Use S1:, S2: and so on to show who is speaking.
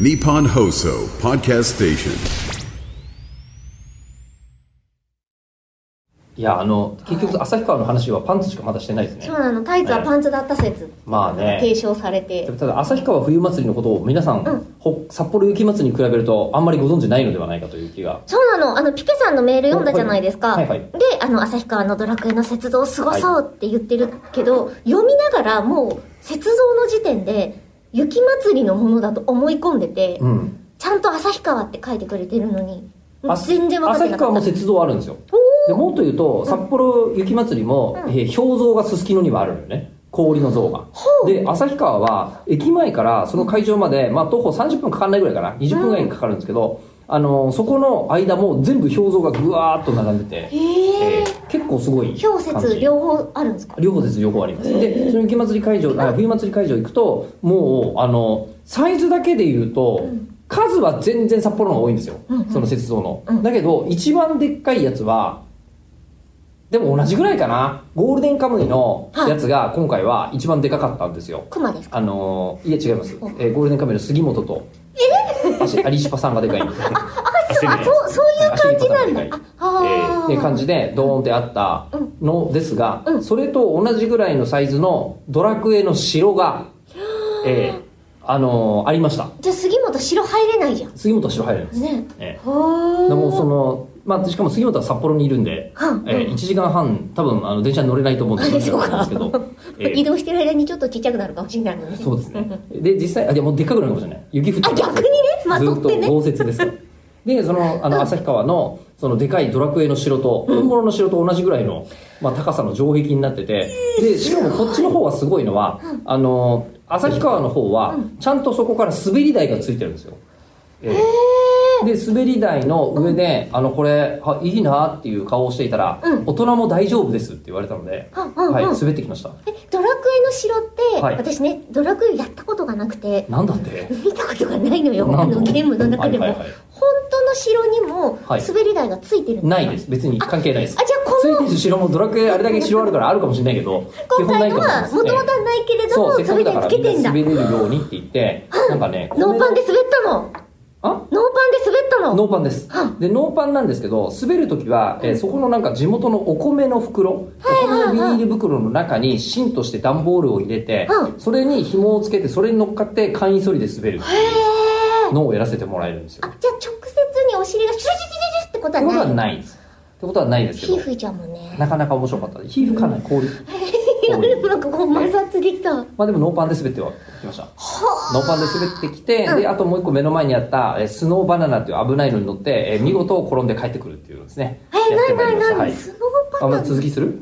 S1: Nippon Hoso Podcast Station.
S2: いやあの結局旭川の話はパンツしかまだしてないです
S3: そ
S2: ね
S3: うなのタイツはパンツだった説
S2: まあ
S3: 提
S2: ね
S3: 唱されて、
S2: ただ旭川冬祭りのことを皆さん、
S3: うん
S2: ほ札幌雪祭りに比べるとあんまりご存知ないのではないかという気が
S3: そうなのあのピケさんのメール読んだじゃないですか、
S2: はいはいはい
S3: であの旭川のドラクエの雪像すごそうって言ってるけど、読みながらもう雪像の時点で雪祭りのものだと思い込んでて、
S2: うん
S3: ちゃんと旭川って書いてくれてるのに
S2: あ
S3: 全然分かって
S2: 旭
S3: なか
S2: 川
S3: っ
S2: も
S3: た
S2: 雪像あるんですよでもっと言うと札幌雪祭りも、
S3: うん
S2: えー氷像がすすきのにはあるのよね氷の像がで旭川は駅前からその会場まで、まあ、徒歩30分かかんないぐらいかな20分ぐらいにかかるんですけど、あのーそこの間も全部氷像がぐわーっと並んでて、
S3: へえ
S2: えー結構すごい感
S3: 氷
S2: じ
S3: 雪両方あるんですか
S2: 両方です両方ありますでその雪祭り会場あ冬祭り会場行くともうあのサイズだけで言うと、数は全然札幌の方が多いんですよ、
S3: うんうん
S2: その雪像の、
S3: うん
S2: だけど一番でっかいやつはでも同じぐらいかなゴールデンカムイのやつが今回は一番でかかったんですよ
S3: 熊ですか
S2: あのいや違います、えーゴールデンカムイの杉本とアシアリシパさんがでかいんです
S3: あそうあそうそういう感じなんだああ
S2: って感じでドーンってあったのですが、
S3: うん
S2: それと同じぐらいのサイズのドラクエの城が、えーあのーありました
S3: じゃあ杉本城入れないじゃん
S2: 杉本城入るんです、
S3: ね
S2: え
S3: ほー
S2: ーでもうその、まあ、しかも杉本は札幌にいるんで、
S3: うん
S2: え1時間半多分あの電車に乗れないと思うんで乗れなかったんですけど、えー
S3: 移動してる間にちょっとちっちゃくなるかもしれないのね
S2: そうですね。で、実際、あ、でもうでっかくなるかもしれない。雪降ってます
S3: あ逆にねまあ
S2: ずっ
S3: 取ってね
S2: と豪雪ですよ。で、その、あの、旭川の、その、でかいドラクエの城と、本物の城と同じぐらいの、まあ、高さの城壁になってて、で、しかもこっちの方はすごいのは、あの、旭川の方は、ちゃんとそこから滑り台がついてるんですよ。ええで、滑り台の上で、あの、これ、あいいなっていう顔をしていたら、
S3: うん
S2: 大人も大丈夫ですって言われたので、
S3: うんうんうん
S2: はい、滑ってきました。
S3: えドラクエの城って、
S2: はい
S3: 私ねドラクエやったことがなくて
S2: なんだって
S3: 見たことがないのよ
S2: な
S3: あ
S2: んと
S3: のゲームの中でも、
S2: はいはいはい
S3: 本当の城にも
S2: はい
S3: 滑り台がついてるの
S2: ないです。別に関係ないです
S3: あ。じゃあ
S2: つ
S3: こ
S2: い
S3: の
S2: てる城もドラクエあれだけ城あるからあるかもしれないけど
S3: 今回のは
S2: 基本
S3: もともとはないけれども
S2: ないと思うんですねそうせ
S3: 滑り
S2: っかくだか
S3: 台
S2: ら
S3: つけて
S2: み
S3: ん
S2: んな
S3: だ
S2: 滑れるようにって言ってなんかね
S3: ノーパン
S2: で
S3: で滑ったの
S2: あ
S3: ノーパンで滑ったの
S2: ノーパンですでノーパンなんですけど滑るときは、えーそこのなんか地元のお米の袋、
S3: はいはい
S2: お米のビニール袋の中に芯として段ボールを入れて、
S3: う
S2: それに紐をつけてそれに乗っかって簡易ソリで滑る
S3: へえ
S2: のをやらせてもらえるんですよ
S3: あじゃあ直接にお尻がシュシュシュシュシュってこと
S2: ってことは
S3: はない
S2: ないですってことはないですけ
S3: 皮
S2: ど
S3: 膚じゃんもんね
S2: なかなか面白かったです皮膚かなり氷
S3: 夜もなんかこう摩擦できたは
S2: まあでもノーパンで滑ってはきました。ノーパンで滑ってきて、で、あともう一個目の前にあった、えースノーバナナっていう危ないのに乗って、えー見事転んで帰ってくるっていうのですね。
S3: え
S2: やってまいり
S3: 何
S2: ました
S3: 何
S2: はい
S3: 何スノーパ
S2: あ、
S3: ン
S2: ま
S3: な
S2: あ、
S3: の
S2: 続きする